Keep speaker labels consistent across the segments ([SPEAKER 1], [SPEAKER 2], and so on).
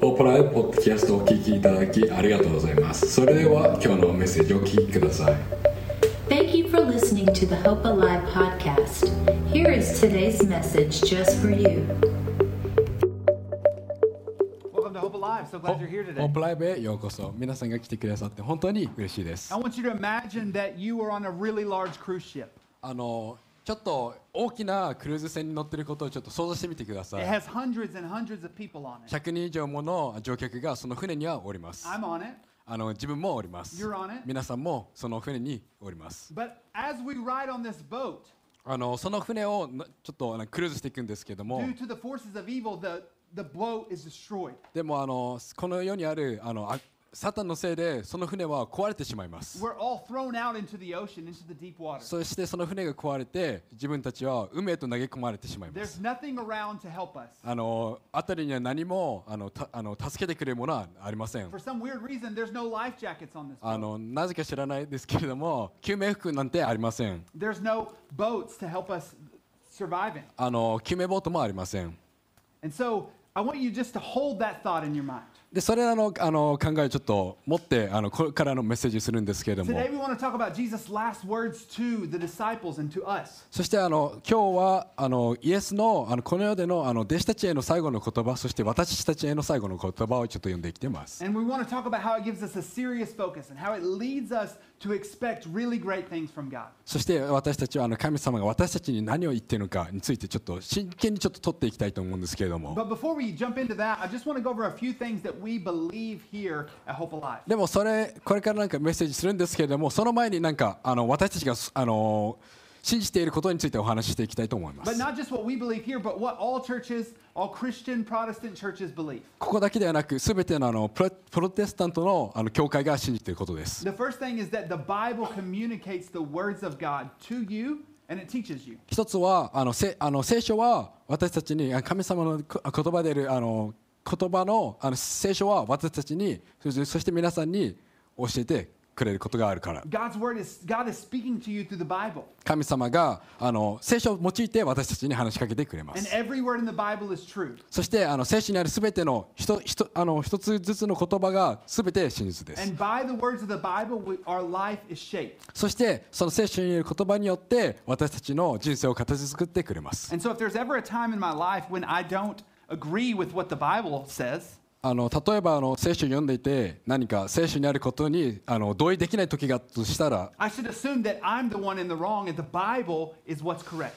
[SPEAKER 1] ポープライブポッドキャストをお聞きいただきありがとうございますそれでは今日のメッセージをお聞きください
[SPEAKER 2] Thank you for listening to the Hope Alive podcast. Here is today's message just for you.
[SPEAKER 3] Welcome to Hope Alive. So
[SPEAKER 1] ポ
[SPEAKER 3] glad you're here
[SPEAKER 1] ッ
[SPEAKER 3] today.
[SPEAKER 1] プライブへようこそ皆さんが来てくださって本当に嬉しいです
[SPEAKER 3] I want you to imagine that you are on a really large cruise ship.
[SPEAKER 1] あのちょっと大きなクルーズ船に乗ってることをちょっと想像してみてくださ
[SPEAKER 3] It
[SPEAKER 1] い
[SPEAKER 3] has hundreds and hundreds of people on it.
[SPEAKER 1] 100人以上もの乗客がその船にはおります
[SPEAKER 3] I'm on it.
[SPEAKER 1] あの自分もおります
[SPEAKER 3] You're on it.
[SPEAKER 1] 皆さんもその船におります
[SPEAKER 3] But as we ride on this boat,
[SPEAKER 1] あのその船をなちょっとあのクルーズしていくんですけども
[SPEAKER 3] due to the forces of evil, the, the boat is destroyed.
[SPEAKER 1] でもあのこの世にあるあのあサタンのせいでその船は壊れてしまいます
[SPEAKER 3] We're all thrown out into the ocean, into the deep water.
[SPEAKER 1] そしてその船が壊れて自分たちは海へと投げ込まれてしまいま
[SPEAKER 3] There's
[SPEAKER 1] す
[SPEAKER 3] nothing around to help us.
[SPEAKER 1] あの辺りには何もあのたあの助けてくれるものはありません
[SPEAKER 3] For some weird reason, there's no life jackets on this
[SPEAKER 1] あ
[SPEAKER 3] boat.
[SPEAKER 1] のなぜか知らないですけれども救命服なんてありません
[SPEAKER 3] There's no boats to help us surviving.
[SPEAKER 1] あの救命ボートもありません
[SPEAKER 3] And so I want you just to hold that thought in your mind.
[SPEAKER 1] でそれらのあの考えをちょっと持ってあのこれからのメッセージするんですけれども
[SPEAKER 3] Today we want to talk about Jesus' last words to the disciples and to us.
[SPEAKER 1] そしてあの今日はあのイエスのあのこの世でのあの弟子たちへの最後の言葉そして私たちへの最後の言葉をちょっと読んでいきてます
[SPEAKER 3] And we want to talk about how it gives us a serious focus and how it leads us to expect really great things from God.
[SPEAKER 1] そして私たちはあの神様が私たちに何を言っているのかについてちょっと真剣にちょっと取っていきたいと思うんですけれども
[SPEAKER 3] But before we jump into that, I just want to go over a few things that we believe here at Hope Alive.
[SPEAKER 1] でもそれこれからなんかメッセージするんですけれどもその前になんかあの私たちがあの信じていることについてお話ししていきたいと思いま
[SPEAKER 3] But
[SPEAKER 1] す
[SPEAKER 3] not just what we believe here, but what all churches, all Christian Protestant churches believe.
[SPEAKER 1] ここだけではなく全てのあのプロプロテスタントのあの教会が信じていることです
[SPEAKER 3] The first thing is that the Bible communicates the words of God to you and it teaches you.
[SPEAKER 1] 一つはあのせあの聖書は私たちにあ神様のこ言葉であるあの言葉のあの聖書は私たちにそしてそして皆さんに教えてくれることがあるから
[SPEAKER 3] God's word is God is speaking to you through the Bible.
[SPEAKER 1] 神様があの聖書を用いて私たちに話しかけてくれま
[SPEAKER 3] And
[SPEAKER 1] す
[SPEAKER 3] every word in the Bible is true.
[SPEAKER 1] そしてあの聖書にある全ての一一あの一つずつの言葉が全て真実です
[SPEAKER 3] And by the words of the Bible, we, our life is shaped.
[SPEAKER 1] そしてその聖書にある言葉によって私たちの人生を形作ってくれます
[SPEAKER 3] And so, if there's ever a time in my life when I don't agree with what the Bible says,
[SPEAKER 1] あの例えばあの聖書を読んでいて何か聖書にあることにあの同意できない時があったとしたら
[SPEAKER 3] I should assume that I'm the one in the wrong and the Bible is what's correct.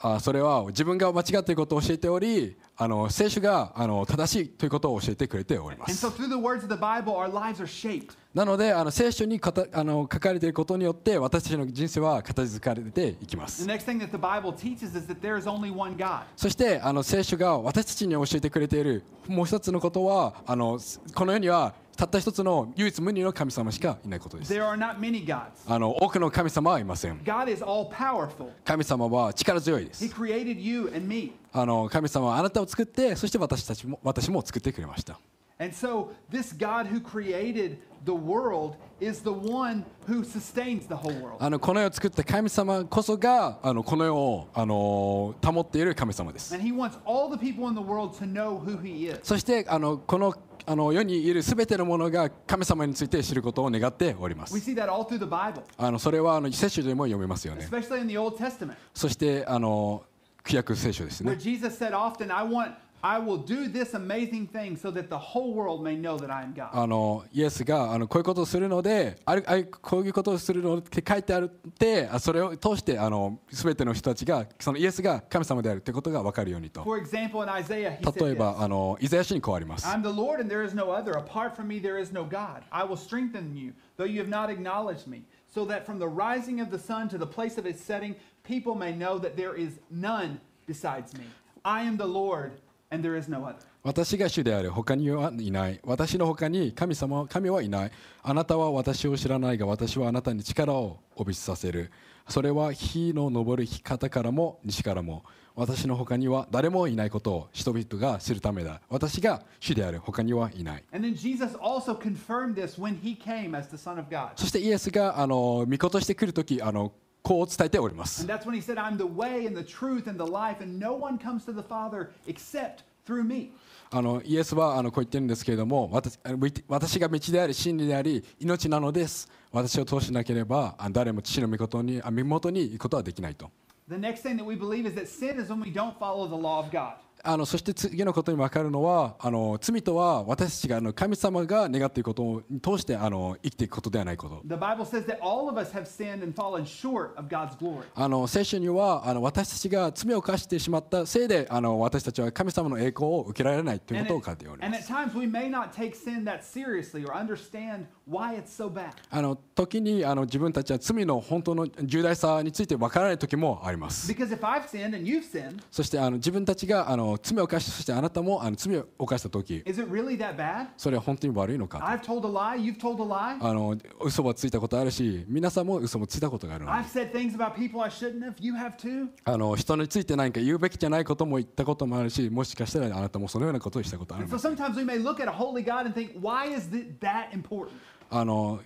[SPEAKER 1] あそれは自分が間違っていることを教えておりあの聖書があの正しいということを教えてくれておりま
[SPEAKER 3] And so,
[SPEAKER 1] す
[SPEAKER 3] through the words of the Bible, our lives are shaped.
[SPEAKER 1] なのであの聖書にかたあの書かれていることによって私たちの人生は形づかれていきま
[SPEAKER 3] The
[SPEAKER 1] す
[SPEAKER 3] next thing that the Bible teaches is that there is only one God.
[SPEAKER 1] そしてあの聖書が私たちに教えてくれているもう一つのことはあのこの世にはたった一つの唯一無二の神様しかいないことです
[SPEAKER 3] There are not many gods.
[SPEAKER 1] あの多くの神様はいません
[SPEAKER 3] God is all powerful,
[SPEAKER 1] 神様は力強いです
[SPEAKER 3] He created you and me.
[SPEAKER 1] あの神様はあなたを作ってそして私たちも私も作ってくれました
[SPEAKER 3] And so, this God who created the world is the one who sustains the whole world.
[SPEAKER 1] あのこの世を作った神様こそがあのこの世を、あの保っている神様です
[SPEAKER 3] And he wants all the people in the world to know who he is.
[SPEAKER 1] そしてあのこのあの世にいるすべてのものが神様について知ることを願っておりま
[SPEAKER 3] We
[SPEAKER 1] す
[SPEAKER 3] see that all through the Bible,
[SPEAKER 1] あのそれはあの聖書でも読めますよね
[SPEAKER 3] especially in the Old Testament,
[SPEAKER 1] そしてあの旧約聖書です
[SPEAKER 3] where
[SPEAKER 1] ね
[SPEAKER 3] Jesus said often, I want I will do this amazing thing so that the whole world may know that I am God.
[SPEAKER 1] あのイエスがあのこういうことをするのであるあるこういうことをするのって書いてあるってあそれを通してあの全ての人たちがそのイエスが神様であるということが分かるようにと
[SPEAKER 3] For example, in
[SPEAKER 1] 例
[SPEAKER 3] Isaiah, he
[SPEAKER 1] え
[SPEAKER 3] said, this,
[SPEAKER 1] ばあのイザヤ書に変わります
[SPEAKER 3] I'm the Lord and there is no other. Apart from me, there is no God. I will strengthen you, though you have not acknowledged me, so that from the rising of the sun to the place of its setting, people may know that there is none besides me. I am the Lord and there is no other.
[SPEAKER 1] 私が主である他にはいない私の他に神様は神はいないあなたは私を知らないが私はあなたに力を帯びさせるそれは火の昇る方からも西からも私の他には誰もいないことを人々が知るためだ私が主である他にはいない
[SPEAKER 3] And then Jesus also confirmed this when he came as the Son of God.
[SPEAKER 1] そしてイエスがあの御子として来る時あのこう伝えております
[SPEAKER 3] And that's when he said, I'm the way and the truth and the life, and no one comes to the Father except through me.
[SPEAKER 1] ああのイエスはあのこう言ってるんですけれども私あの私が道であり真理であり命なのです私を通しなければあ誰も父の御事にあ身元に行くことはできないと
[SPEAKER 3] The next thing that we believe is that sin is when we don't follow the law of God.
[SPEAKER 1] あのそして次のことに分かるのはあの罪とは私たちがあの神様が願っていることを通してあの生きていくことではないこと
[SPEAKER 3] The Bible says that all of us have sinned and fallen short of God's glory.
[SPEAKER 1] あの聖書にはあの私たちが罪を犯してしまったせいであの私たちは神様の栄光を受けられないという
[SPEAKER 3] And
[SPEAKER 1] ことを書
[SPEAKER 3] at,
[SPEAKER 1] いており
[SPEAKER 3] and
[SPEAKER 1] ま
[SPEAKER 3] at
[SPEAKER 1] す
[SPEAKER 3] times we may not take sin that seriously or understand why it's so bad.
[SPEAKER 1] あの時にあの自分たちは罪の本当の重大さについて分からない時もあります
[SPEAKER 3] Because if I've sinned and you've sinned,
[SPEAKER 1] そしてあの自分たちがあの罪を犯してそしてあなたもあの罪を犯した時
[SPEAKER 3] is it really that bad?
[SPEAKER 1] それは本当に悪いのか
[SPEAKER 3] I've told a lie, you've told a lie.
[SPEAKER 1] あの嘘はついたことあるし皆さんも嘘もついたことがあるので
[SPEAKER 3] I've said things about people I shouldn't have, you have too.
[SPEAKER 1] あの人について何か言うべきじゃないことも言ったこともあるしもしかしたらあなたもそのようなことをしたことある
[SPEAKER 3] So sometimes we may look at a holy God and think, why is it that important?
[SPEAKER 1] あの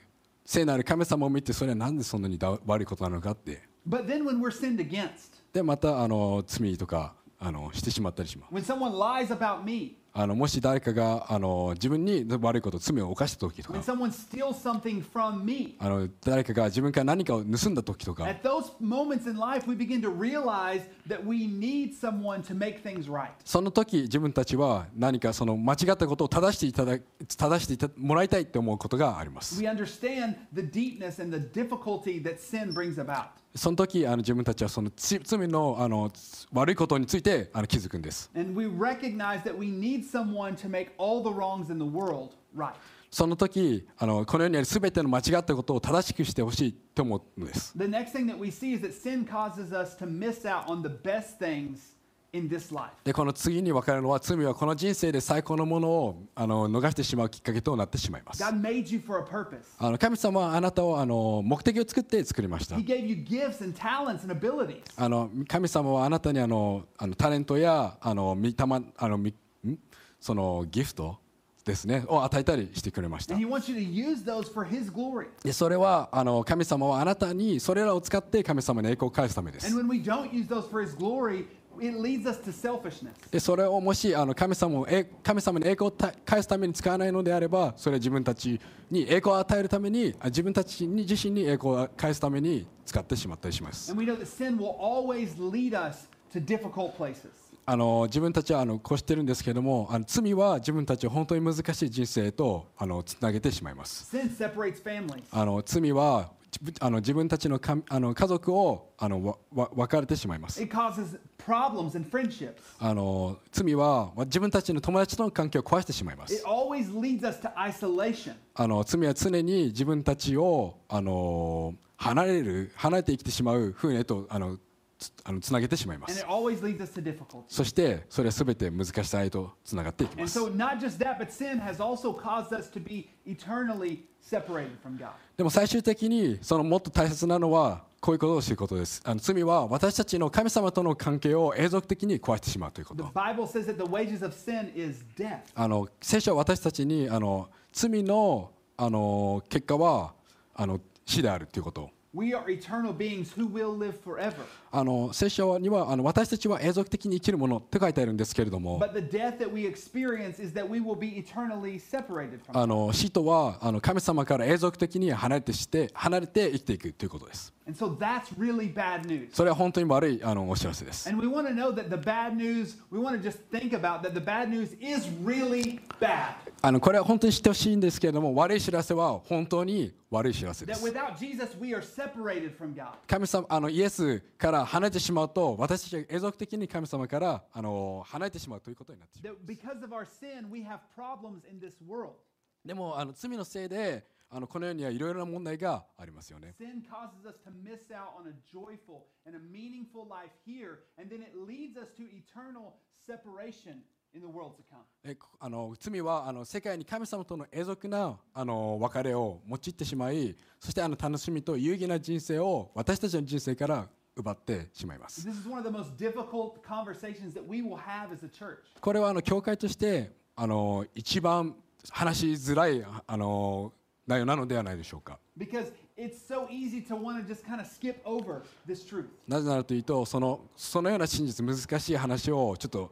[SPEAKER 1] 聖なる神様を見てそれはなんでそんなにだ悪いことなのかって
[SPEAKER 3] But then when we're sinned against,
[SPEAKER 1] でまたあの罪とかあのしてしまったりします
[SPEAKER 3] when someone lies about me,
[SPEAKER 1] あのもし誰かがあの自分に悪いこと罪を犯した時と
[SPEAKER 3] when
[SPEAKER 1] か
[SPEAKER 3] someone steals something from me,
[SPEAKER 1] あの誰かが自分から何かを盗んだ時とか
[SPEAKER 3] At those moments in life, we begin to realize that we need someone to make things right.
[SPEAKER 1] その時自分たちは何かその間違ったことを正していただ正していたもらいたいと思うことがあります
[SPEAKER 3] We understand the deepness and the difficulty that sin brings about.
[SPEAKER 1] その時あの自分たちはその罪罪のあの悪いことについてあの気づくんです
[SPEAKER 3] And we recognize that we need someone to make all the wrongs in the world right.
[SPEAKER 1] その時あのこの世にある全ての間違ったことを正しくしてほしいと思うのです
[SPEAKER 3] The next thing that we see is that sin causes us to miss out on the best things in this life.
[SPEAKER 1] でこの次に分かるのは罪はこの人生で最高のものをあの逃してしまうきっかけとなってしまいます
[SPEAKER 3] God made you for a purpose.
[SPEAKER 1] あの神様はあなたをあの目的を作って作りました
[SPEAKER 3] He gave you gifts and talents and abilities.
[SPEAKER 1] あの神様はあなたにあのあのタレントやあの御霊あのみんそのギフトですねを与えたりしてくれました
[SPEAKER 3] And he wants you to use those for his glory.
[SPEAKER 1] でそれはあの神様はあなたにそれらを使って神様に栄光を返すためで
[SPEAKER 3] And
[SPEAKER 1] す
[SPEAKER 3] when we don't use those for His glory, it leads us to selfishness.
[SPEAKER 1] でそれをもしあの神様をえ神様に栄光をた返すために使わないのであればそれは自分たちに栄光を与えるためにあ自分たちに自身に栄光を返すために使ってしまったりします
[SPEAKER 3] And we know that sin will always lead us to difficult places.
[SPEAKER 1] あの自分たちはあのこうしてるんですけどもあの罪は自分たちを本当に難しい人生へとあのつなげてしまいます
[SPEAKER 3] Sin separates families.
[SPEAKER 1] あの罪はじぶあの自分たちのかあの家族をあのわわ別れてしまいます
[SPEAKER 3] It causes problems in friendships.
[SPEAKER 1] あの罪はわ自分たちの友達との関係を壊してしまいま
[SPEAKER 3] It
[SPEAKER 1] す
[SPEAKER 3] always leads us to isolation.
[SPEAKER 1] あの罪は常に自分たちをあの離れる離れて生きてしまう風へとあのつあのつなげてしまいま
[SPEAKER 3] And
[SPEAKER 1] す
[SPEAKER 3] it always leads us to difficulty.
[SPEAKER 1] そしてそれは全て難しさへとつながっていきま
[SPEAKER 3] And
[SPEAKER 1] す
[SPEAKER 3] so, not just that, but sin has also caused us to be eternally separated from God.
[SPEAKER 1] でも最終的にそのもっと大切なのはこういうことを知ることですあの罪は私たちの神様との関係を永続的に壊してしまうというこ
[SPEAKER 3] The
[SPEAKER 1] と
[SPEAKER 3] Bible says that the wages of sin is death.
[SPEAKER 1] あの聖書は私たちにあの罪のあの結果はあの死であるということ。
[SPEAKER 3] We are eternal beings who will live forever.
[SPEAKER 1] あの聖書にはあの私たちは永続的に生きるものって書いてあるんですけれども
[SPEAKER 3] But the death that we experience is that we will be eternally separated from
[SPEAKER 1] あ
[SPEAKER 3] Him.
[SPEAKER 1] の死とはあの神様から永続的に離れてして離れて生きていくということです。
[SPEAKER 3] And so that's really bad news.
[SPEAKER 1] それは本当に悪いあのお知らせです。
[SPEAKER 3] And we want to know that the bad news, we want to just think about that the bad news is really bad.
[SPEAKER 1] あのこれは本当に知ってほしいんですけれども悪い知らせは本当に悪い知らせで
[SPEAKER 3] That
[SPEAKER 1] す。
[SPEAKER 3] without Jesus, we are separated from God.
[SPEAKER 1] 神様あのイエスから離れてしまうと私たちは永続的に神様からあの離れてしまうということになってしまう。
[SPEAKER 3] That because of our sin, we have problems in this world.
[SPEAKER 1] でもあの罪のせいであのこの世にはいろいろな問題がありますよね。
[SPEAKER 3] Sin causes us to miss out on a joyful and a meaningful life here, and then it leads us to eternal separation in the world to come.
[SPEAKER 1] えこあの罪はあの世界に神様との永続なあの別れを用いてしまいそしてあの楽しみと有意義な人生を私たちの人生から奪ってしまいます。
[SPEAKER 3] This is one of the most difficult conversations that we will have as a church.
[SPEAKER 1] これはあの教会としてあの一番話しづらいあの内容なのではないでしょうか。
[SPEAKER 3] Because it's so easy to want to just kind of skip over this truth.
[SPEAKER 1] なぜならというとそのそのような真実難しい話をちょっと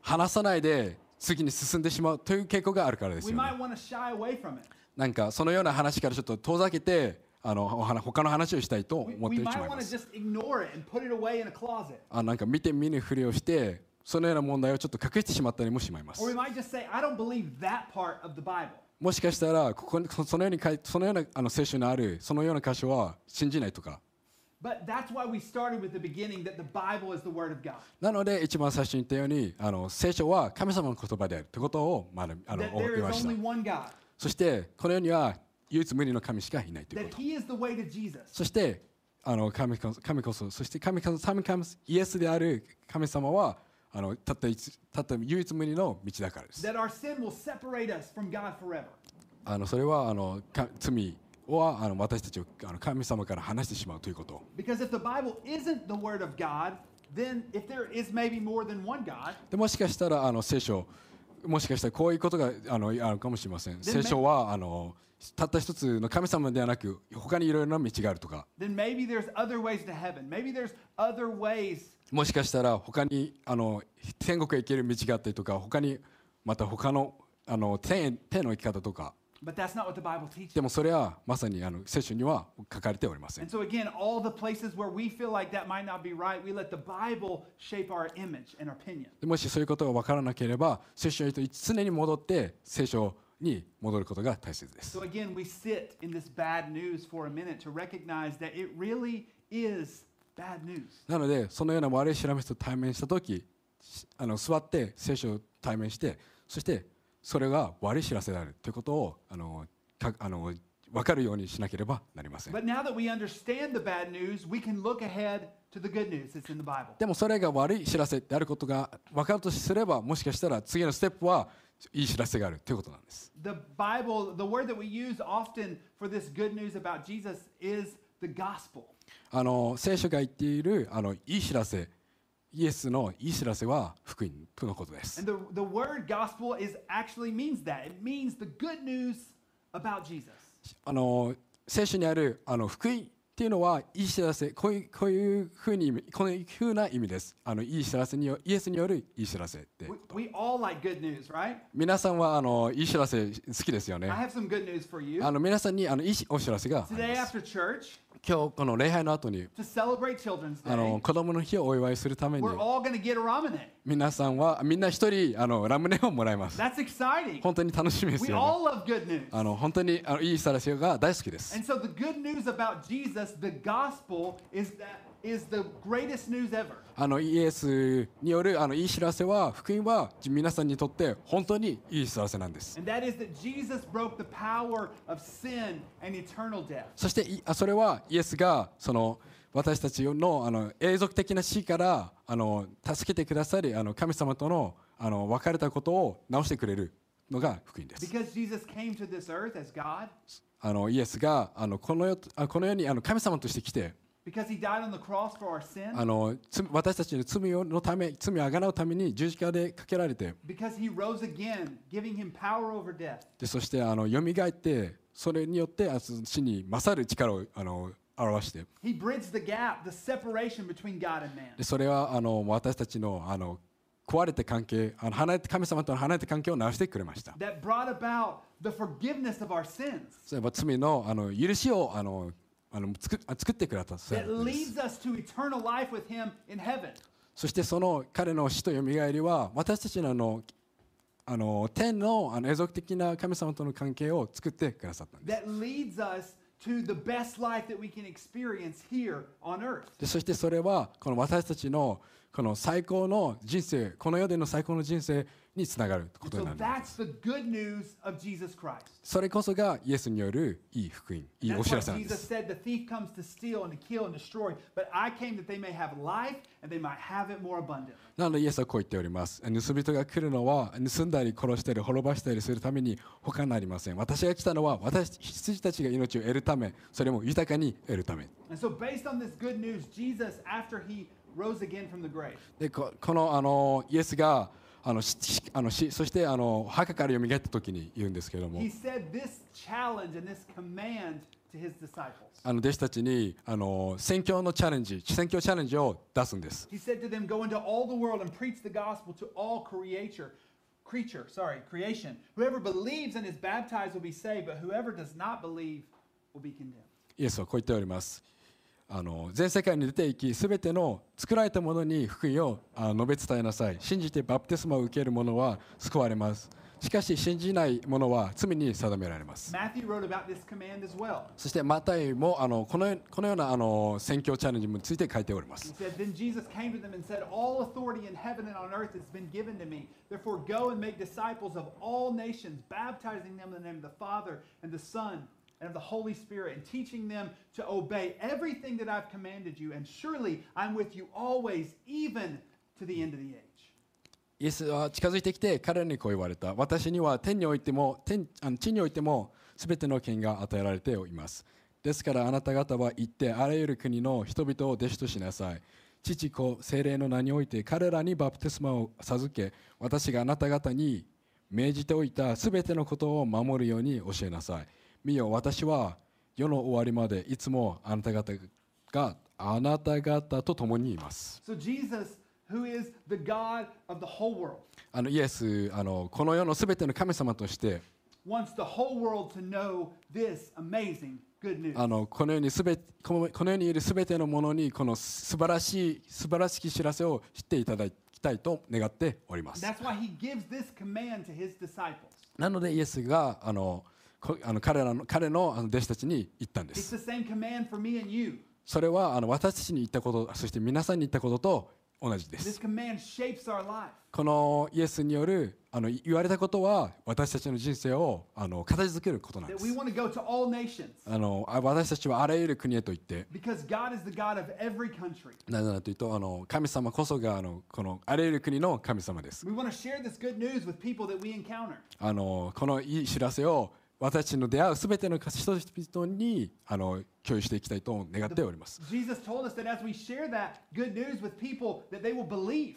[SPEAKER 1] 話さないで次に進んでしまうという傾向があるからです
[SPEAKER 3] We
[SPEAKER 1] よね
[SPEAKER 3] might want to shy away from it.
[SPEAKER 1] なんかそのような話からちょっと遠ざけてあのお話他の話をしたいと
[SPEAKER 3] We,
[SPEAKER 1] 思っ
[SPEAKER 3] we
[SPEAKER 1] てしまい
[SPEAKER 3] might
[SPEAKER 1] ま
[SPEAKER 3] want to
[SPEAKER 1] す
[SPEAKER 3] just ignore it and put it away in a closet.
[SPEAKER 1] あなんか見て見ぬふりをしてそのような問題をちょっと隠してしまったりもしまいます
[SPEAKER 3] Or we might just say, I don't believe that part of the Bible.
[SPEAKER 1] もしかしたらここにそそのように書いそのようなあの聖書にあるそのような箇所は信じないとか
[SPEAKER 3] But that's why we started with the beginning that the Bible is the Word of God.
[SPEAKER 1] なので一番最初に言ったようにあの聖書は神様の言葉であるということを学びあの
[SPEAKER 3] That
[SPEAKER 1] 言
[SPEAKER 3] there
[SPEAKER 1] い
[SPEAKER 3] is
[SPEAKER 1] ました
[SPEAKER 3] only one God.
[SPEAKER 1] そしてこの世には唯一無二の神しかいないというこ
[SPEAKER 3] That
[SPEAKER 1] と
[SPEAKER 3] He is the way to Jesus.
[SPEAKER 1] そしてあの神こ神こそそして神こそ神神イエスである神様はあのたった一たった唯一無二の道だからです
[SPEAKER 3] That our sin will separate us from God forever.
[SPEAKER 1] あのそれはあのか罪はあの私たちをあの神様から離してしまうということ
[SPEAKER 3] Because if the Bible isn't the Word of God, then if there is maybe more than one God,
[SPEAKER 1] でもしかしたらあの聖書もしかしたらこういうことがあのあるかもしれません聖書はあのたった一つの神様ではなく他にいろいろな道があるとか
[SPEAKER 3] then maybe there's other ways to heaven. Maybe there's other ways
[SPEAKER 1] もしかしたら他にあの天国へ行ける道があったりとか他にまた他のあの天へ天の生き方とか
[SPEAKER 3] But that's not what the Bible
[SPEAKER 1] で
[SPEAKER 3] teaches.
[SPEAKER 1] もそれはまさにあの聖書には書かれておりません
[SPEAKER 3] And so, again, all the places where we feel like that might not be right, we let the Bible shape our image and our opinion.
[SPEAKER 1] でもしそういうことが分からなければ聖書へと常に戻って聖書に戻ることが大切です
[SPEAKER 3] So, again, we sit in this bad news for a minute to recognize that it really is bad news.
[SPEAKER 1] なのでそのような悪い知ら飯と対面した時しあの座って聖書を対面してそしてそれが悪い知らせであるということをあのかあの分かるようにしなければなりません
[SPEAKER 3] But now that we understand the bad news, we can look ahead to the good news that's in the Bible.
[SPEAKER 1] でもそれが悪い知らせであることが分かるとすればもしかしたら次のステップはいい知らせがあるということなんです
[SPEAKER 3] The Bible, the word that we use often for this good news about Jesus is the gospel.
[SPEAKER 1] あの聖書が言っているあのいい知らせイエスのいい知らせは福音とのことです
[SPEAKER 3] And the, the word gospel is actually means that. It means the good news about Jesus.
[SPEAKER 1] あの聖書にあるあの福音っていうのはいい知らせこういうこういうふうにこういうふうな意味ですあのいい知らせによイエスによるいい知らせってこ
[SPEAKER 3] We,
[SPEAKER 1] と
[SPEAKER 3] we all like good news, right?
[SPEAKER 1] 皆さんはあのいい知らせ好きですよ
[SPEAKER 3] I
[SPEAKER 1] ね
[SPEAKER 3] have some good news for
[SPEAKER 1] あ
[SPEAKER 3] you.
[SPEAKER 1] の皆さんにあのいいお知らせがあり
[SPEAKER 3] Today
[SPEAKER 1] ます
[SPEAKER 3] after church,
[SPEAKER 1] 今日この礼拝の後に
[SPEAKER 3] to celebrate Children's
[SPEAKER 1] あの
[SPEAKER 3] Day,
[SPEAKER 1] 子供の日をお祝いするために
[SPEAKER 3] we're all going to get a ramen.
[SPEAKER 1] 皆さんはみんな一人あのラムネをもらいます
[SPEAKER 3] That's exciting.
[SPEAKER 1] 本当に楽しみです
[SPEAKER 3] We
[SPEAKER 1] よ、ね、
[SPEAKER 3] all love good news.
[SPEAKER 1] あの本当にあのいい知らせが大好きです
[SPEAKER 3] And so the good news about Jesus, the gospel, is that is the greatest news ever.
[SPEAKER 1] あのイエスによるあのいい知らせは福音は皆さんにとって本当にいい知らせなんです
[SPEAKER 3] And that is that Jesus broke the power of sin and eternal death.
[SPEAKER 1] そしていあそれはイエスがその私たちのあの永続的な死からあの助けてくださりあの神様とのあの別れたことを直してくれるのが福音です。
[SPEAKER 3] Because Jesus came to this earth as God,
[SPEAKER 1] あのイエスがあのこの世あこの世にあの神様として来て
[SPEAKER 3] because he died on the cross for our sin,
[SPEAKER 1] あの罪私たちの罪をのため罪をあがなうために十字架でかけられて
[SPEAKER 3] because he rose again, giving him power over death.
[SPEAKER 1] でそしてあの蘇ってそれによってあその死に勝る力をあの表して
[SPEAKER 3] He bridged the gap, the separation between God and man.
[SPEAKER 1] でそれはあの私たちのあの壊れた関係あの離れて神様との離れた関係を直してくれました
[SPEAKER 3] That brought about the forgiveness of our sins.
[SPEAKER 1] それは罪のあの許しをあのあの作あ作ってくれたそうな
[SPEAKER 3] That
[SPEAKER 1] んです
[SPEAKER 3] leads us to eternal life with him in heaven.
[SPEAKER 1] そしてその彼の死とよみがえりは私たちのあのあの天のあの永続的な神様との関係を作ってくださったんです
[SPEAKER 3] that leads us to the best life that we can experience here on earth.
[SPEAKER 1] でそしてそれはこの私たちのこの最高の人生この世での最高の人生につながることに
[SPEAKER 3] So
[SPEAKER 1] なるんです
[SPEAKER 3] that's the good news of Jesus Christ.
[SPEAKER 1] それこそがイエスによるいい福音いいお
[SPEAKER 3] That's
[SPEAKER 1] 知ら
[SPEAKER 3] what
[SPEAKER 1] せなんで
[SPEAKER 3] Jesus
[SPEAKER 1] す
[SPEAKER 3] said, the thief comes to steal and to kill and destroy, but I came that they may have life and they might have it more abundantly.
[SPEAKER 1] なのでイエスはこう言っております盗人が来るのは盗んだり殺したり滅ぼしたりするために他なりません私が来たのは私羊たちが命を得るためそれも豊かに得るため
[SPEAKER 3] And so based on this good news, Jesus, after he rose again from the grave,
[SPEAKER 1] でここのあのイエスがあのししあのしそしてあの墓から蘇った時に言うんですけれども
[SPEAKER 3] he said this challenge and this command to his disciples.
[SPEAKER 1] あの弟子たちにあの宣教のチャレンジ宣教チャレンジを出すんです
[SPEAKER 3] He said to them, Go into all the world and preach the gospel to all creature. creature, sorry, creation. Whoever believes and is baptized will be saved, but whoever does not believe will be condemned.
[SPEAKER 1] イエスはこう言っております。あの全世界に出て行き、すべての作られたものに福音をあ述べ伝えなさい。信じてバプテスマを受ける者は救われます。しかし、信じない者は罪に定められます。
[SPEAKER 3] Matthew wrote about this command as well.
[SPEAKER 1] そして、マタイもあのこのよこのようなあの宣教チャレンジについて書いておりま
[SPEAKER 3] He
[SPEAKER 1] す。
[SPEAKER 3] said, Then Jesus came to them and said, All authority in heaven and on earth has been given to me. Therefore, go and make disciples of all nations, baptizing them in the name of the Father and the Son and of the Holy Spirit, and teaching them to obey everything that I've commanded you. And surely I'm with you always, even to the end of the age.
[SPEAKER 1] イエスは近づいてきて彼らにこう言われた。私には天においても天あの地においても全ての権が与えられています。ですからあなた方は行ってあらゆる国の人々を弟子としなさい。父子精霊の名において彼らにバプテスマを授け私があなた方に命じておいた全てのことを守るように教えなさい。見よ私は世の終わりまでいつもあなた方があなた方と共にいます。
[SPEAKER 3] So, Jesus, who is the God of the whole world,
[SPEAKER 1] あのイエスあのこの世のすべての神様として
[SPEAKER 3] wants the whole world to know this amazing good news.
[SPEAKER 1] あのこの世にすべこのこの世にいるすべてのものにこの素晴らしい素晴らしき知らせを知っていただきたいと願っております。
[SPEAKER 3] That's why he gives this command to his disciples.
[SPEAKER 1] なのでイエスがあのこあの彼らの彼のあの弟子たちに言ったんで
[SPEAKER 3] It's
[SPEAKER 1] す。
[SPEAKER 3] the same command for me and you.
[SPEAKER 1] それはあの私たちに言ったことそして皆さんに言ったことと同じで
[SPEAKER 3] This
[SPEAKER 1] す。
[SPEAKER 3] command shapes our life.
[SPEAKER 1] このイエスによるあの言われたことは私たちの人生をあの形作ることなんで
[SPEAKER 3] That we
[SPEAKER 1] す。
[SPEAKER 3] want to go to all nations
[SPEAKER 1] あのあ私たちはあらゆる国へと行って。
[SPEAKER 3] because God is the God of every country.
[SPEAKER 1] なぜならというとあの神様こそがあのこのあらゆる国の神様です。
[SPEAKER 3] We want to share this good news with people that we encounter.
[SPEAKER 1] あのこのいい知らせを私たちの出会うすべての人々にあの共有していきたいと願っております。
[SPEAKER 3] Jesus told us that as we share that good news with people, that they will believe.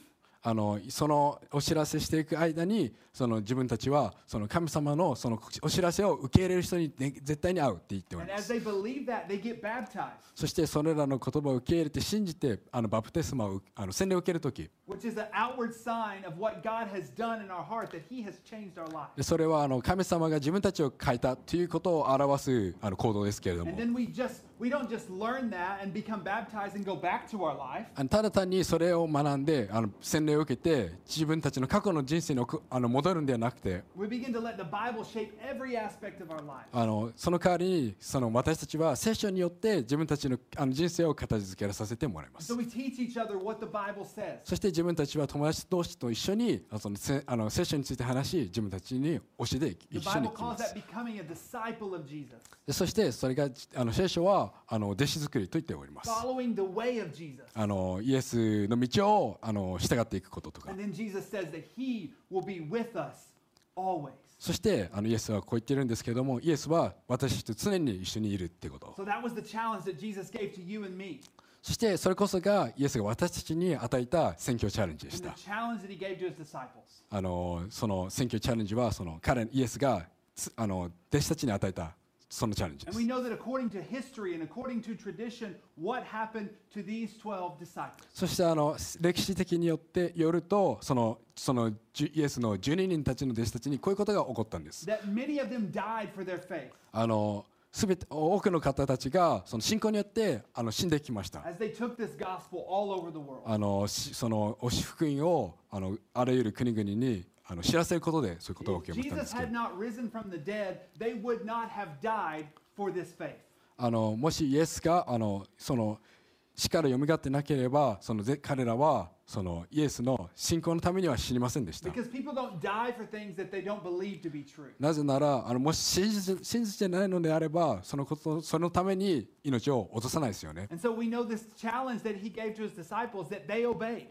[SPEAKER 1] あのそのお知らせしていく間にその自分たちはその神様のそのお知らせを受け入れる人に、ね絶対に会うって言っており
[SPEAKER 3] And
[SPEAKER 1] ま
[SPEAKER 3] as
[SPEAKER 1] す。
[SPEAKER 3] they believe that, they get baptized,
[SPEAKER 1] そしてそれらの言葉を受け入れて信じてあのバプテスマをあの洗礼を受けるとき
[SPEAKER 3] which is an outward sign of what God has done in our heart, that he has changed our life.
[SPEAKER 1] でそれはあの神様が自分たちを変えたということを表すあの行動ですけれども
[SPEAKER 3] And。then we just we don't just learn that and become baptized and go back to our life.
[SPEAKER 1] あのただ単にそれを学んであの洗礼を受けて自分たちの過去の人生に送あの戻るんではなくて
[SPEAKER 3] We begin to let the Bible shape every aspect of our life.
[SPEAKER 1] あのその代わりにその私たちは聖書によって自分たちのあの人生を形付けさせてもらいま
[SPEAKER 3] So
[SPEAKER 1] す
[SPEAKER 3] we teach each other what the Bible says.
[SPEAKER 1] そして自分たちは友達同士と一緒にあそのせあの聖書について話し自分たちに教えてい
[SPEAKER 3] The
[SPEAKER 1] 一緒に
[SPEAKER 3] Bible
[SPEAKER 1] いきま
[SPEAKER 3] calls that
[SPEAKER 1] す
[SPEAKER 3] becoming a disciple of Jesus,
[SPEAKER 1] でそしてそれがあの聖書はあの弟子作りと言っております
[SPEAKER 3] following the way of Jesus.
[SPEAKER 1] あのイエスの道をあの従っていくこととか
[SPEAKER 3] And then Jesus says that He will be with us always.
[SPEAKER 1] そしてあのイエスはこう言ってるんですけどもイエスは私たちと常に一緒にいるってこと
[SPEAKER 3] So that was the challenge that Jesus gave to you and me.
[SPEAKER 1] そしてそれこそがイエスが私たちに与えた宣教チャレンジでし
[SPEAKER 3] And the
[SPEAKER 1] た
[SPEAKER 3] challenge that He gave to His disciples.
[SPEAKER 1] あのその宣教チャレンジはその彼イエスがつあの弟子たちに与えたそのチャレンジで
[SPEAKER 3] And
[SPEAKER 1] す
[SPEAKER 3] we know that according to history and according to tradition, what happened to these 12 disciples?
[SPEAKER 1] そしてあの歴史的によってよるとそのそのじゅイエスの12人たちの弟子たちにこういうことが起こったんです
[SPEAKER 3] That many of them died for their faith.
[SPEAKER 1] あの全て多くの方たちがその信仰によってあの死んできました
[SPEAKER 3] as they took this gospel all over the world.
[SPEAKER 1] あのしそのおし福音をあのあらゆる国々にあの知らせることでそういうことが
[SPEAKER 3] If
[SPEAKER 1] 起きましたんですけど
[SPEAKER 3] Jesus had not risen from the dead, they would not have died for this faith.
[SPEAKER 1] あのもしイエスがあのその死から蘇ってなければそのぜ彼らはそのイエスの信仰のためには死にませんでした。
[SPEAKER 3] Because people don't die for things that they don't believe to be true.
[SPEAKER 1] なぜならあのもし信じて信じてないのであればそのことそのために命を落とさないですよね。
[SPEAKER 3] And so we know this challenge that he gave to his disciples that they obeyed.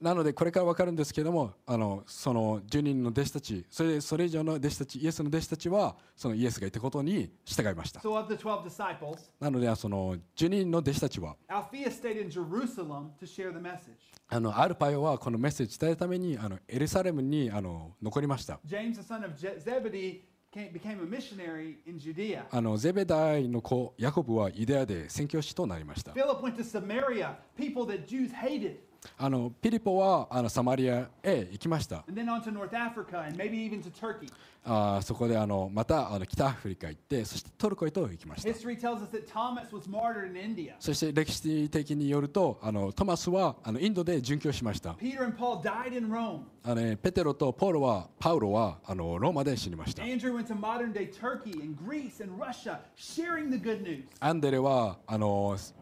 [SPEAKER 1] なのでこれから分かるんですけどもあのその10人の弟子たちそれそれ以上の弟子たちイエスの弟子たちはそのイエスが言ったことに従いました。
[SPEAKER 3] So of the 12 disciples,
[SPEAKER 1] なのでその10人の弟子たちは
[SPEAKER 3] Alphaeus stayed in Jerusalem to share the message.
[SPEAKER 1] あのアルパイオはこのメッセージ伝えるためにあのエルサレムにあの残りました。
[SPEAKER 3] James, the son of Je- Zebedee, came, became a missionary in Judea.
[SPEAKER 1] あのゼベダイの子ヤコブはユダヤで宣教師となりました
[SPEAKER 3] Philip went to Samaria, people that Jews hated.
[SPEAKER 1] あのピリポはあのサマリアへ行きました。
[SPEAKER 3] and then on to North Africa and maybe even to Turkey.
[SPEAKER 1] あーそこであのまたあの北アフリカ行って、そしてトルコへと行きました。
[SPEAKER 3] History tells us that Thomas was martyred in India.
[SPEAKER 1] そして歴史的によると、あのトマスはあのインドで殉教しました。
[SPEAKER 3] Peter and Paul died in Rome.
[SPEAKER 1] あのペテロとポーロはパウロはあのローマで死にました。
[SPEAKER 3] Andrew went to modern day Turkey and Greece and Russia sharing the good news.
[SPEAKER 1] アンデレはあのす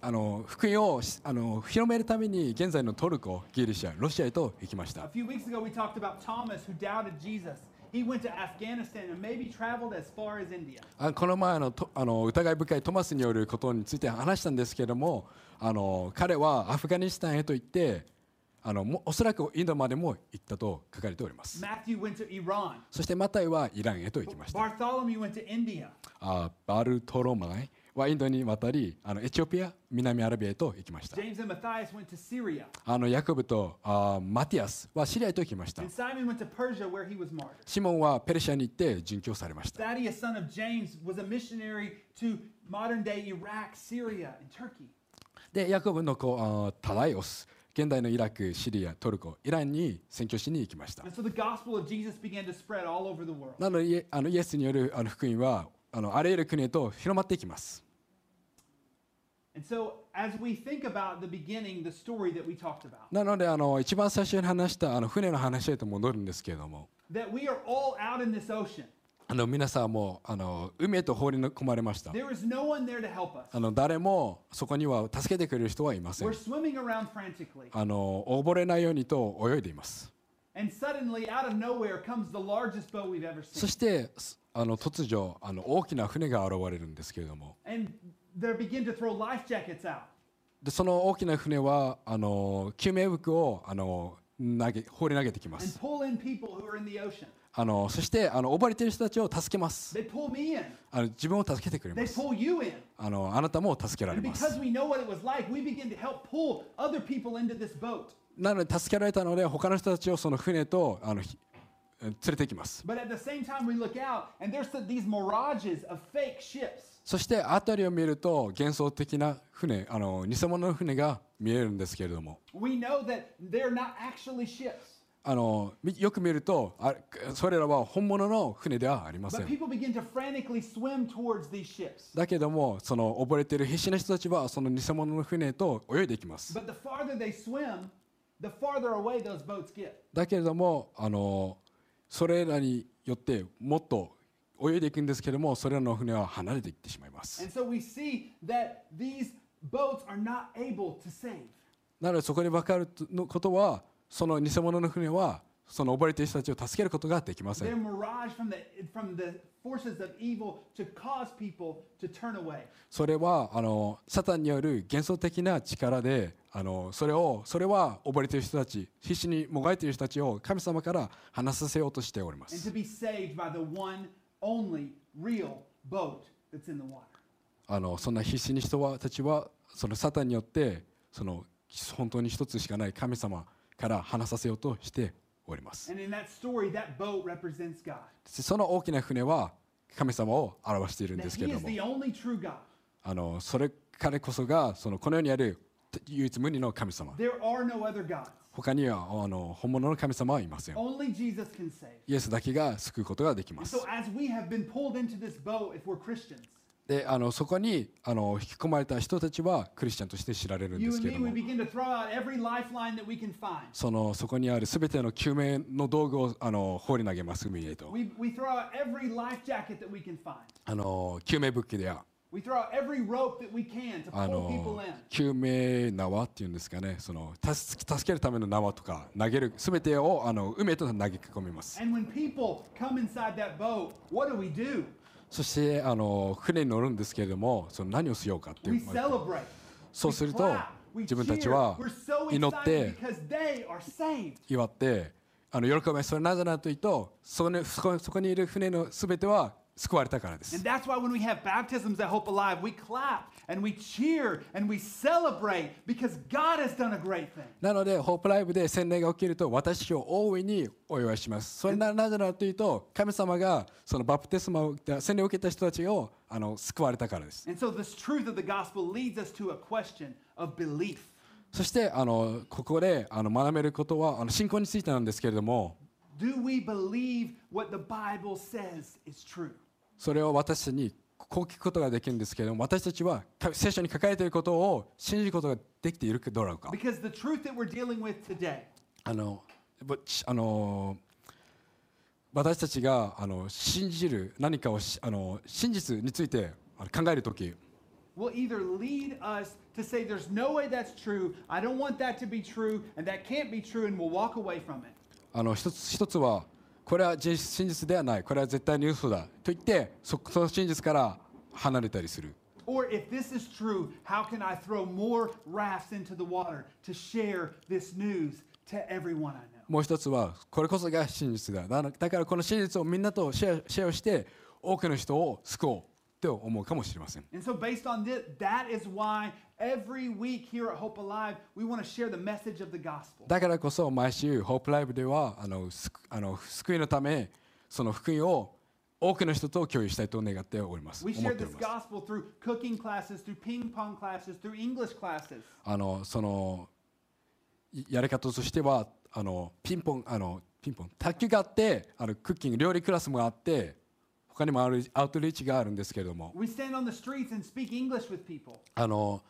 [SPEAKER 1] あの福音をしあの広めるために現在のトルコ、ギリシャ、ロシアへと行きまし
[SPEAKER 3] A
[SPEAKER 1] た。
[SPEAKER 3] few weeks ago, we talked about Thomas who doubted Jesus. He went to Afghanistan and maybe traveled as far as India.
[SPEAKER 1] あこの前あのとあの疑い深いトマスによることについて話したんですけれどもあの彼はアフガニスタンへと行ってあのもおそらくインドまでも行ったと書かれております
[SPEAKER 3] Matthew went to Iran.
[SPEAKER 1] そしてマタイはイランへと行きました
[SPEAKER 3] Bartholomew went to India.
[SPEAKER 1] あバルトロマイはインドに渡りあのエチオピア南アラビアへと行きました
[SPEAKER 3] James and Matthias went to Syria.
[SPEAKER 1] あのヤコブとあマティアスはシリアへと行きました
[SPEAKER 3] And Simon went to Persia where he was martyred.
[SPEAKER 1] シモンはペルシャに行って殉教されました
[SPEAKER 3] Thaddeus, son of James, was a missionary to modern day Iraq, Syria, and Turkey.
[SPEAKER 1] でヤコブの子あタライオス現代のイラクシリアトルコイランに宣教しに行きました
[SPEAKER 3] And so the gospel of Jesus began to spread all over the world.
[SPEAKER 1] なのでイエあのイエスによるあの福音はあのあらゆる国へと広まっていきます。
[SPEAKER 3] And so as we think about the beginning, the story that we talked about,
[SPEAKER 1] なのであの一番最初に話したあの船の話へと戻るんですけれども
[SPEAKER 3] that we are all out in this ocean.
[SPEAKER 1] あの皆さんもあの海へと放り込まれました。
[SPEAKER 3] There is no one there to help us.
[SPEAKER 1] あの誰もそこには助けてくれる人はいませ
[SPEAKER 3] We're
[SPEAKER 1] ん。
[SPEAKER 3] swimming around frantically.
[SPEAKER 1] あの溺れないようにと泳いでいます。
[SPEAKER 3] And suddenly, out of nowhere, comes the largest boat we've ever
[SPEAKER 1] そ
[SPEAKER 3] seen.
[SPEAKER 1] してすあの突如あの大きな船が現れるんですけれども
[SPEAKER 3] And they begin to throw life jackets out.
[SPEAKER 1] でその大きな船はあの救命服をあの投げ放り投げてきま
[SPEAKER 3] and
[SPEAKER 1] す。
[SPEAKER 3] pull in people who are in the ocean.
[SPEAKER 1] あのそしてあの溺れている人たちを助けます。
[SPEAKER 3] They pull me in.
[SPEAKER 1] あの自分を助けてくれ
[SPEAKER 3] They
[SPEAKER 1] ます。
[SPEAKER 3] pull you in.
[SPEAKER 1] あのあなたも助けられ
[SPEAKER 3] And
[SPEAKER 1] ま
[SPEAKER 3] because
[SPEAKER 1] す。
[SPEAKER 3] we know what it was like, we begin to help pull other people into this boat.
[SPEAKER 1] なので助けられたので他の人たちをその船とあのひ連れて行きます。
[SPEAKER 3] But at the same time, we look out and there's the- these mirages of fake ships.
[SPEAKER 1] そして辺りを見ると幻想的な船あの偽物の船が見えるんですけれども
[SPEAKER 3] We know that they're not actually ships.
[SPEAKER 1] あのみよく見るとあそれらは本物の船ではありませ
[SPEAKER 3] But
[SPEAKER 1] ん。
[SPEAKER 3] people begin to frantically swim towards these ships.
[SPEAKER 1] だけどもその溺れている必死な人たちはその偽物の船と泳いでいきます。
[SPEAKER 3] But the farther they swim, the farther away those boats get.
[SPEAKER 1] だけれどもあのそれらによってもっと泳いでいくんですけれどもそれらの船は離れていってしまいます。
[SPEAKER 3] And so we see that these boats are not able to save.
[SPEAKER 1] なのでそこで分かるのことはその偽物の船はその溺れている人たちを助けることができませ
[SPEAKER 3] They're
[SPEAKER 1] ん
[SPEAKER 3] mirage from the from the forces of evil to cause people to turn away.
[SPEAKER 1] それはあのサタンによる幻想的な力であのそれをそれは溺れている人たち必死にもがいている人たちを神様から離させようとしておりま
[SPEAKER 3] and to
[SPEAKER 1] す
[SPEAKER 3] be saved by the one only real boat that's in the water.
[SPEAKER 1] あのそんな必死に人はたちはそのサタンによってその本当に一つしかない神様から離させようとしております
[SPEAKER 3] And in that story, that boat represents God.
[SPEAKER 1] その大きな船は神様を表しているん
[SPEAKER 3] That
[SPEAKER 1] ですけ
[SPEAKER 3] He
[SPEAKER 1] れど
[SPEAKER 3] is
[SPEAKER 1] も
[SPEAKER 3] the only true God.
[SPEAKER 1] あのそれ彼こそがそのこの世にある唯一無二の神様
[SPEAKER 3] There are no other gods.
[SPEAKER 1] 他にはあの本物の神様はいません
[SPEAKER 3] Only Jesus can save.
[SPEAKER 1] イエスだけが救うことができま
[SPEAKER 3] And
[SPEAKER 1] す
[SPEAKER 3] so, as we have been pulled into this boat, if we're Christians,
[SPEAKER 1] であのそこにあの引き込まれた人たちはクリスチャンとして知られるんで
[SPEAKER 3] you
[SPEAKER 1] す
[SPEAKER 3] and
[SPEAKER 1] けれ
[SPEAKER 3] me,
[SPEAKER 1] ど
[SPEAKER 3] we
[SPEAKER 1] も
[SPEAKER 3] begin to throw out every lifeline that we can find.
[SPEAKER 1] そのそこにある全ての救命の道具をあの放り投げます海へと
[SPEAKER 3] We, we throw out every life jacket that we can find.
[SPEAKER 1] あの救命武器や
[SPEAKER 3] We throw out every rope that we can to
[SPEAKER 1] あ
[SPEAKER 3] pull people
[SPEAKER 1] の
[SPEAKER 3] in.
[SPEAKER 1] 救命縄っていうんですかねその助助けるための縄とか投げる全てをあの海へと投げ込みます
[SPEAKER 3] And when people come inside that boat, what do we do?
[SPEAKER 1] そしてあの船に乗るんですけれどもその何をしようかってい
[SPEAKER 3] We
[SPEAKER 1] う
[SPEAKER 3] celebrate.
[SPEAKER 1] そうすると
[SPEAKER 3] We clap. We
[SPEAKER 1] 自分たち
[SPEAKER 3] cheer.
[SPEAKER 1] は
[SPEAKER 3] We're so
[SPEAKER 1] 祈って
[SPEAKER 3] excited because they are saved.
[SPEAKER 1] 祝ってあの喜びそれなぜならというとそこにそこそこにいる船のすべては救われたからで
[SPEAKER 3] And
[SPEAKER 1] す
[SPEAKER 3] that's why when we have baptisms at Hope Alive, we clap and we cheer and we celebrate because God has done a great thing.
[SPEAKER 1] なのでホープライブで洗礼が起きると私を大いにお祝いしますそれならなぜならというと神様がそのバプテスマを受けた洗礼を受けた人たちをあの救われたからです
[SPEAKER 3] And so this truth of the gospel leads us to a question of belief.
[SPEAKER 1] そしてあのここであの学べることはあの信仰についてなんですけれども
[SPEAKER 3] Do we believe what the Bible says is true?
[SPEAKER 1] それを私たちにこう聞くことができるんですけれども私たちはか聖書に書かれていることを信じることができているかどうなのか
[SPEAKER 3] Because the truth that we're dealing with today
[SPEAKER 1] あのぼしあの私たちがあの信じる何かをしあの真実についてあの考えるとき
[SPEAKER 3] will either lead us to say, There's no way that's true, I don't want that to be true, and that can't be true, and we'll walk away from it.
[SPEAKER 1] あの一つ一つはこれは真真実ではないこれは絶対に嘘だと言ってそその真実から離れたりする
[SPEAKER 3] Or if this is true, how can I throw more rafts into the water to share this news to everyone I know?
[SPEAKER 1] もう一つはこれこそが真実だだだからこの真実をみんなとシェアシェアをして多くの人を救おうと思うかもしれません
[SPEAKER 3] And so, based on this, that is why every week here at Hope Alive, we want to share the message of the gospel.
[SPEAKER 1] だからこそ毎週 Hope Live ではあのすくあの救いのためその福音を多くの人と共有したいと願っております。
[SPEAKER 3] We
[SPEAKER 1] 思っ
[SPEAKER 3] share
[SPEAKER 1] てお
[SPEAKER 3] this
[SPEAKER 1] ります
[SPEAKER 3] gospel through cooking classes, through ping pong classes, through English classes.
[SPEAKER 1] あのそのいやり方としてはあのピンポンあのピンポン卓球があってあのクッキング料理クラスもあって他にもアウトリアウトリーチがあるんですけれども
[SPEAKER 3] We stand on the streets and speak English with people.
[SPEAKER 1] あの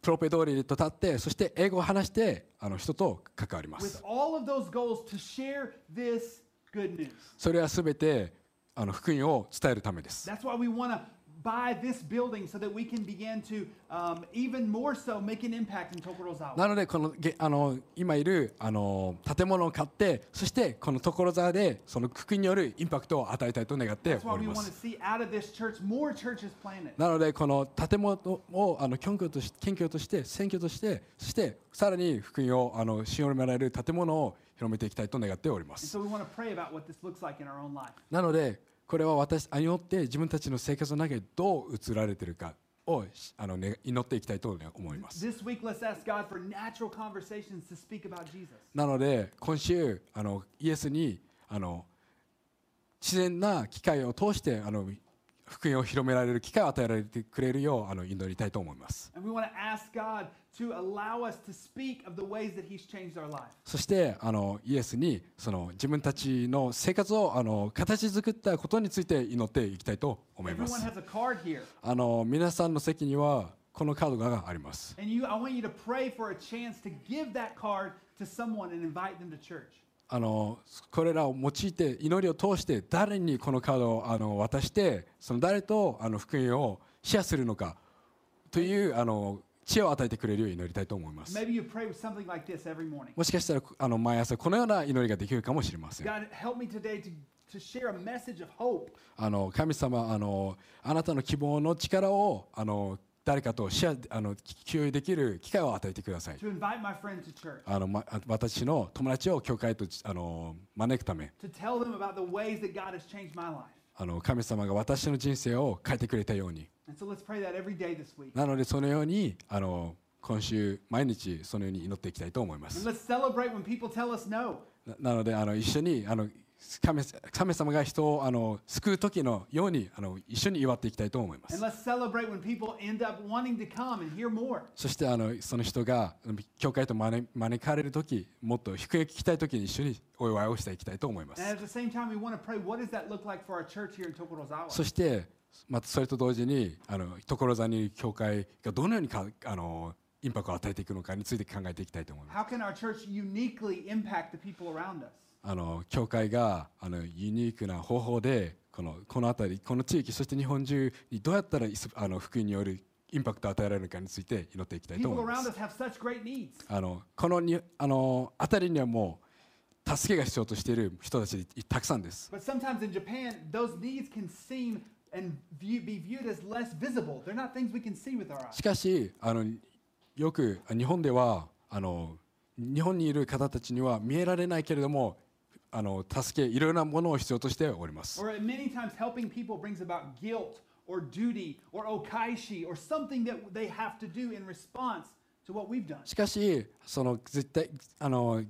[SPEAKER 1] プロペ通りにと立ってそして英語を話してあの人と関わりま
[SPEAKER 3] With
[SPEAKER 1] す。
[SPEAKER 3] all of those goals to share this good news.
[SPEAKER 1] それはすべてあの福音を伝えるためです。
[SPEAKER 3] That's why we want to buy this building so that we can begin to um, even more so make an impact in Tokorozawa.
[SPEAKER 1] なのでこのげあの今いるあの建物を買ってそしてこの所沢でその福音によるインパクトを与えたいと願って
[SPEAKER 3] That's
[SPEAKER 1] お
[SPEAKER 3] why
[SPEAKER 1] り
[SPEAKER 3] we
[SPEAKER 1] ま
[SPEAKER 3] want
[SPEAKER 1] す
[SPEAKER 3] to。see out of this church more churches planted.
[SPEAKER 1] なのでこの建物をあの謙虚とし謙虚として選挙としてそしてさらに福音をあの広められる建物を広めていきたいと願っておりま
[SPEAKER 3] And
[SPEAKER 1] す。
[SPEAKER 3] so we want to pray about what this looks like in our own life.
[SPEAKER 1] なのでこれは私によって自分たちの生活の中でどう移られているかをあの、ね、祈っていきたいと思います。
[SPEAKER 3] This week, let's ask God for natural conversations to speak about Jesus.
[SPEAKER 1] なので今週あのイエスにあの自然な機会を通してあの福音を広められる機会を与えられてくれるようあの祈りたいと思います
[SPEAKER 3] And we want to ask God to allow us to speak of the ways that He's changed our life.
[SPEAKER 1] そしてあのイエスにその自分たちの生活をあの形作ったことについて祈っていきたいと思いま
[SPEAKER 3] Everyone
[SPEAKER 1] す
[SPEAKER 3] has a card here.
[SPEAKER 1] あの皆さんの席にはこのカードがあります
[SPEAKER 3] And you, I want you to pray for a chance to give that card to someone and invite them to church.
[SPEAKER 1] あのこれらを用いて祈りを通して誰にこのカードをあの渡してその誰とあの福音をシェアするのかというあの知恵を与えてくれるように祈りたいと思います
[SPEAKER 3] Maybe you pray with something like this every morning.
[SPEAKER 1] もしかしたらあの毎朝このような祈りができるかもしれません
[SPEAKER 3] God, help me today to, to share a message of hope.
[SPEAKER 1] あの神様あのあなたの希望の力をあの誰かとシェアあの共有できる機会を与えてください
[SPEAKER 3] to invite my friend to church,
[SPEAKER 1] あの、ま、私の友達を教会とあの招くため
[SPEAKER 3] to tell them about the ways that God has changed my life.
[SPEAKER 1] あの神様が私の人生を変えてくれたように
[SPEAKER 3] And so let's pray that every day this week.
[SPEAKER 1] なのでそのようにあの今週毎日そのように祈っていきたいと思いま
[SPEAKER 3] And
[SPEAKER 1] す。
[SPEAKER 3] let's celebrate when people tell us no.
[SPEAKER 1] ななのであの一緒にあの神神様が人をあの救う時のようにあの一緒に祝っていきたいと思いま
[SPEAKER 3] And
[SPEAKER 1] す。
[SPEAKER 3] let's celebrate when people end up wanting to come and hear more.
[SPEAKER 1] そしてあのその人が教会と招招かれる時もっと低い聞きたい時に一緒にお祝いをしていきたいと思いま
[SPEAKER 3] And
[SPEAKER 1] す
[SPEAKER 3] at。the same time, we want to pray what does that look like for our church here in Tokorozawa?
[SPEAKER 1] そしてまたそれと同時にあの所沢に教会がどのようにかあのインパクトを与えていくのかについて考えていきたいと思います。
[SPEAKER 3] How can our church uniquely impact the people around us?
[SPEAKER 1] あの教会があのユニークな方法でこのこの辺りこの地域そして日本中にどうやったらいすあの福音によるインパクトを与えられるのかについて祈っていきたいと
[SPEAKER 3] People
[SPEAKER 1] 思いま
[SPEAKER 3] around
[SPEAKER 1] す
[SPEAKER 3] us have such great needs.
[SPEAKER 1] あのこのにあの辺りにはもう助けが必要としている人たちいたくさんです
[SPEAKER 3] But sometimes in Japan, those needs can seem and view, be viewed as less visible. They're not things we can see with our eyes.
[SPEAKER 1] しかしあのよく日本ではあの日本にいる方たちには見えられないけれどもあの助けいろいろなものを必要としております
[SPEAKER 3] Or many times helping people brings about guilt or duty or okaishi or something that they have to do in response to what we've done.
[SPEAKER 1] しかしその絶対あの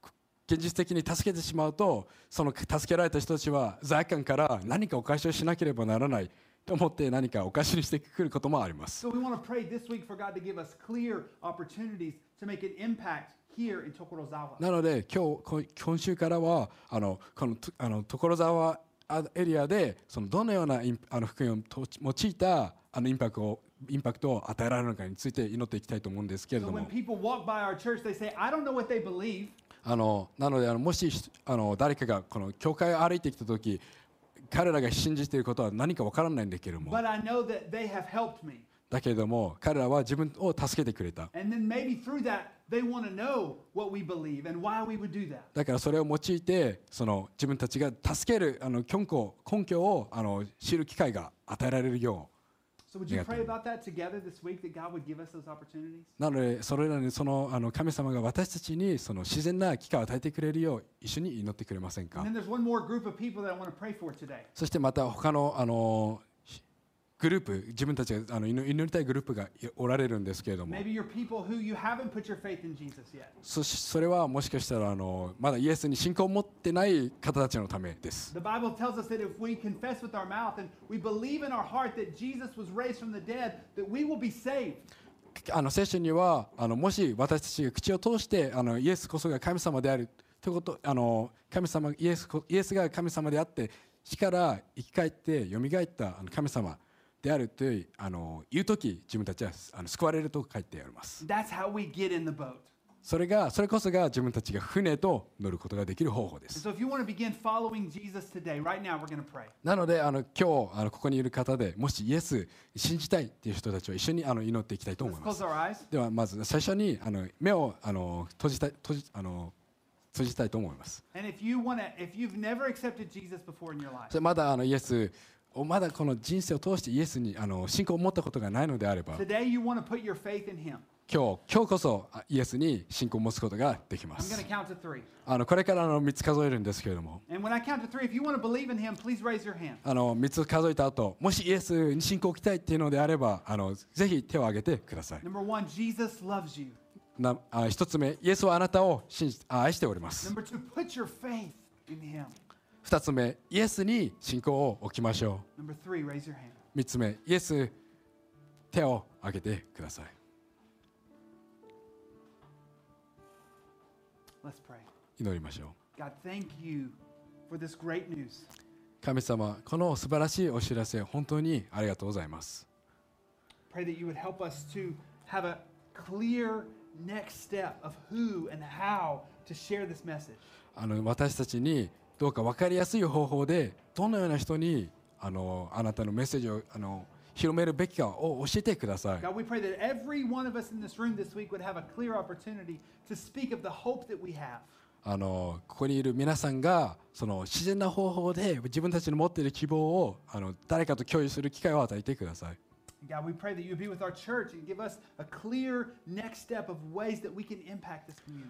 [SPEAKER 1] こ現実的に助けてしまうとその助けられた人たちは罪悪感から何かお返しをしなければならないと思って何かお返しにしてくることもあります
[SPEAKER 3] So we want to pray this week for God to give us clear opportunities to make an impact here in Tokorozawa.
[SPEAKER 1] なので今日こ今週からはあのこのとあの所沢あエリアでそのどのようなインあの福音をと用いたあのインパクトをインパクトを与えられるのかについて祈っていきたいと思うんですけれ
[SPEAKER 3] So
[SPEAKER 1] ど
[SPEAKER 3] when
[SPEAKER 1] も
[SPEAKER 3] people walk by our church, they say, I don't know what they believe,
[SPEAKER 1] あのなのであのもしあの誰かがこの教会を歩いてきた時彼らが信じていることは何かわからないんだけれども
[SPEAKER 3] but I know that they have helped me.
[SPEAKER 1] だけれども彼らは自分を助けてくれた
[SPEAKER 3] And then maybe through that, they want to know what we believe and why we would do that.
[SPEAKER 1] だからそれを用いてその自分たちが助けるあの根拠根拠をあの知る機会が与えられるよう
[SPEAKER 3] So would you
[SPEAKER 1] Yeah, totally.
[SPEAKER 3] pray about that together this week that God would give us those opportunities?
[SPEAKER 1] なのでそれらにそのあの神様が私たちにその自然な機会を与えてくれるよう一緒に祈ってくれませんか
[SPEAKER 3] And then there's one more group of people that I want to pray for today.
[SPEAKER 1] そしてまた他のあのしグループ自分たちがあの祈祈りたいグループがいおられるんですけれども
[SPEAKER 3] Maybe you're people who you haven't put your faith in Jesus yet.
[SPEAKER 1] そしそれはもしかしたらあのまだイエスに信仰を持ってない方たちのためです
[SPEAKER 3] The Bible tells us that if we confess with our mouth and we believe in our heart that Jesus was raised from the dead, that we will be saved.
[SPEAKER 1] あの聖書にはあのもし私たちが口を通してあのイエスこそが神様であるということあの神様イエスこイエスが神様であって死から生き返って蘇ったあの神様であるというあの言う時自分たちはあの救われると書いてあります
[SPEAKER 3] That's how we get in the boat.
[SPEAKER 1] それがそれこそが自分たちが船と乗ることができる方法で
[SPEAKER 3] And
[SPEAKER 1] す
[SPEAKER 3] so if you want to begin following Jesus today, right now, we're going to pray.
[SPEAKER 1] なのであの今日あのここにいる方でもしイエス信じたいっていう人たちは一緒にあの祈っていきたいと思
[SPEAKER 3] Let's
[SPEAKER 1] います
[SPEAKER 3] close our eyes.
[SPEAKER 1] ではまず最初にあの目をあの閉じたい閉じあの閉じたいと思います。
[SPEAKER 3] And if you want to, if you've never accepted Jesus before in your life,
[SPEAKER 1] それまだあのイエスをまだこの人生を通してイエスにあの信仰を持ったことがないのであれば今
[SPEAKER 3] today you want to put your faith in Him.
[SPEAKER 1] 日今日こそあイエスに信仰を持つことができま
[SPEAKER 3] I'm going to
[SPEAKER 1] す。
[SPEAKER 3] count to three.
[SPEAKER 1] あのこれからあの3つ数えるんですけれども
[SPEAKER 3] And when I count to three, if you want to believe in Him, please raise your hand.
[SPEAKER 1] あの3つ数えた後もしイエスに信仰を置きたいっていうのであればあのぜひ手を挙げてください。
[SPEAKER 3] Number one, Jesus loves you.
[SPEAKER 1] なあ1つ目イエスはあなたを信じあ愛しております。
[SPEAKER 3] Number two, put your faith in Him.
[SPEAKER 1] 2つ目イエスに信仰を置きましょう。
[SPEAKER 3] Number three, raise your hand.
[SPEAKER 1] 3つ目、イエス、手を挙げてください。
[SPEAKER 3] Let's pray.
[SPEAKER 1] 祈りましょう。
[SPEAKER 3] God, thank you for this great news.
[SPEAKER 1] 神様、この素晴らしいお知らせ、本当にありがとうございます。
[SPEAKER 3] Pray that you would help us to have a clear next step of who and how to share this message.
[SPEAKER 1] あの私たちにどうか分かりやすい方法で、どのような人にあのあなたのメッセージをあの広めるべきかを教えてください。
[SPEAKER 3] God, we pray that every one of us in this room this week would have a clear opportunity to speak of the hope that we have.
[SPEAKER 1] あのここにいる皆さんがその自然な方法で自分たちの持っている希望をあの誰かと共有する機会を与えてください。
[SPEAKER 3] And God, we pray that you would be with our church and give us a clear next step of ways that we can impact this community.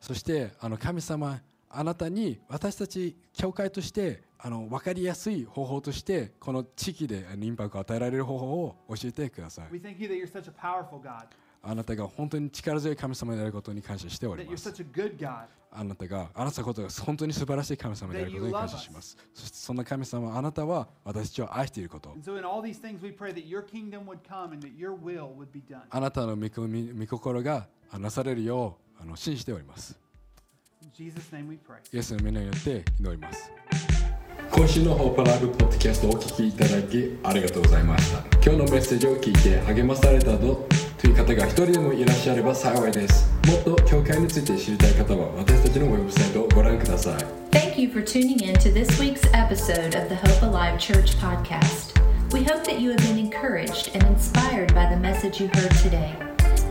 [SPEAKER 1] そしてあの神様あなたに私たち教会としてあの分かりやすい方法としてこの地域であのインパクトを与えられる方法を教えてください
[SPEAKER 3] We thank you that you're such a powerful God,
[SPEAKER 1] あなたが本当に力強い神様であることに感謝しており
[SPEAKER 3] that you're
[SPEAKER 1] ます
[SPEAKER 3] such a good God.
[SPEAKER 1] あなたがあなたのことが本当に素晴らしい神様であることに感謝しますそしてそんな神様あなたは私たちを愛していること
[SPEAKER 3] And so, in all these things, we pray that your kingdom would come and that your will would be done.
[SPEAKER 1] あなたの御国御心があなされるようあの信じております
[SPEAKER 3] In Jesus' name we pray.
[SPEAKER 1] イエスの皆によって祈ります今週のホープライブポッドキャストをお聞きいただきありがとうございました今日のメッセージを聞いて励まされたとという方が一人でもいらっしゃれば幸いですもっと教会について知りたい方は私たちのウェブサイトをご覧ください
[SPEAKER 2] Thank you for tuning in to this week's episode of the Hope Alive Church podcast. We hope that you have been encouraged and inspired by the message you heard today.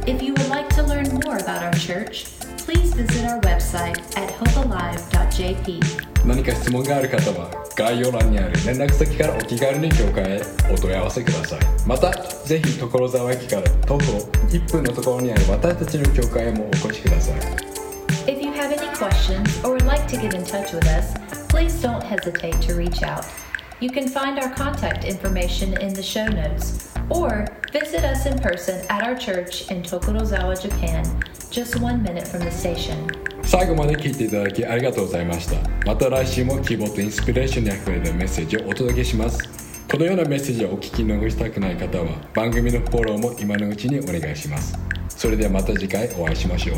[SPEAKER 2] If you would like to learn more about our church, please visit our website at hopealive.jp.
[SPEAKER 1] 何か質問がある方は概要欄にある連絡先からお気軽に教会へお問い合わせくださいまたぜひ所沢駅から徒歩1分のところにある私たちの教会へもお越しください
[SPEAKER 2] If you have any questions or would like to get in touch with us, please don't hesitate to reach out. You can find our contact information in the show notes or visit us in person at our church in Tokorozawa, Japan, just one minute from the station.
[SPEAKER 1] 最後まで聞いていただきありがとうございましたまた来週も希望とインスピレーションにあふれたメッセージをお届けしますこのようなメッセージをお聞き逃したくない方は番組のフォローも今のうちにお願いしますそれではまた次回お会いしましょう。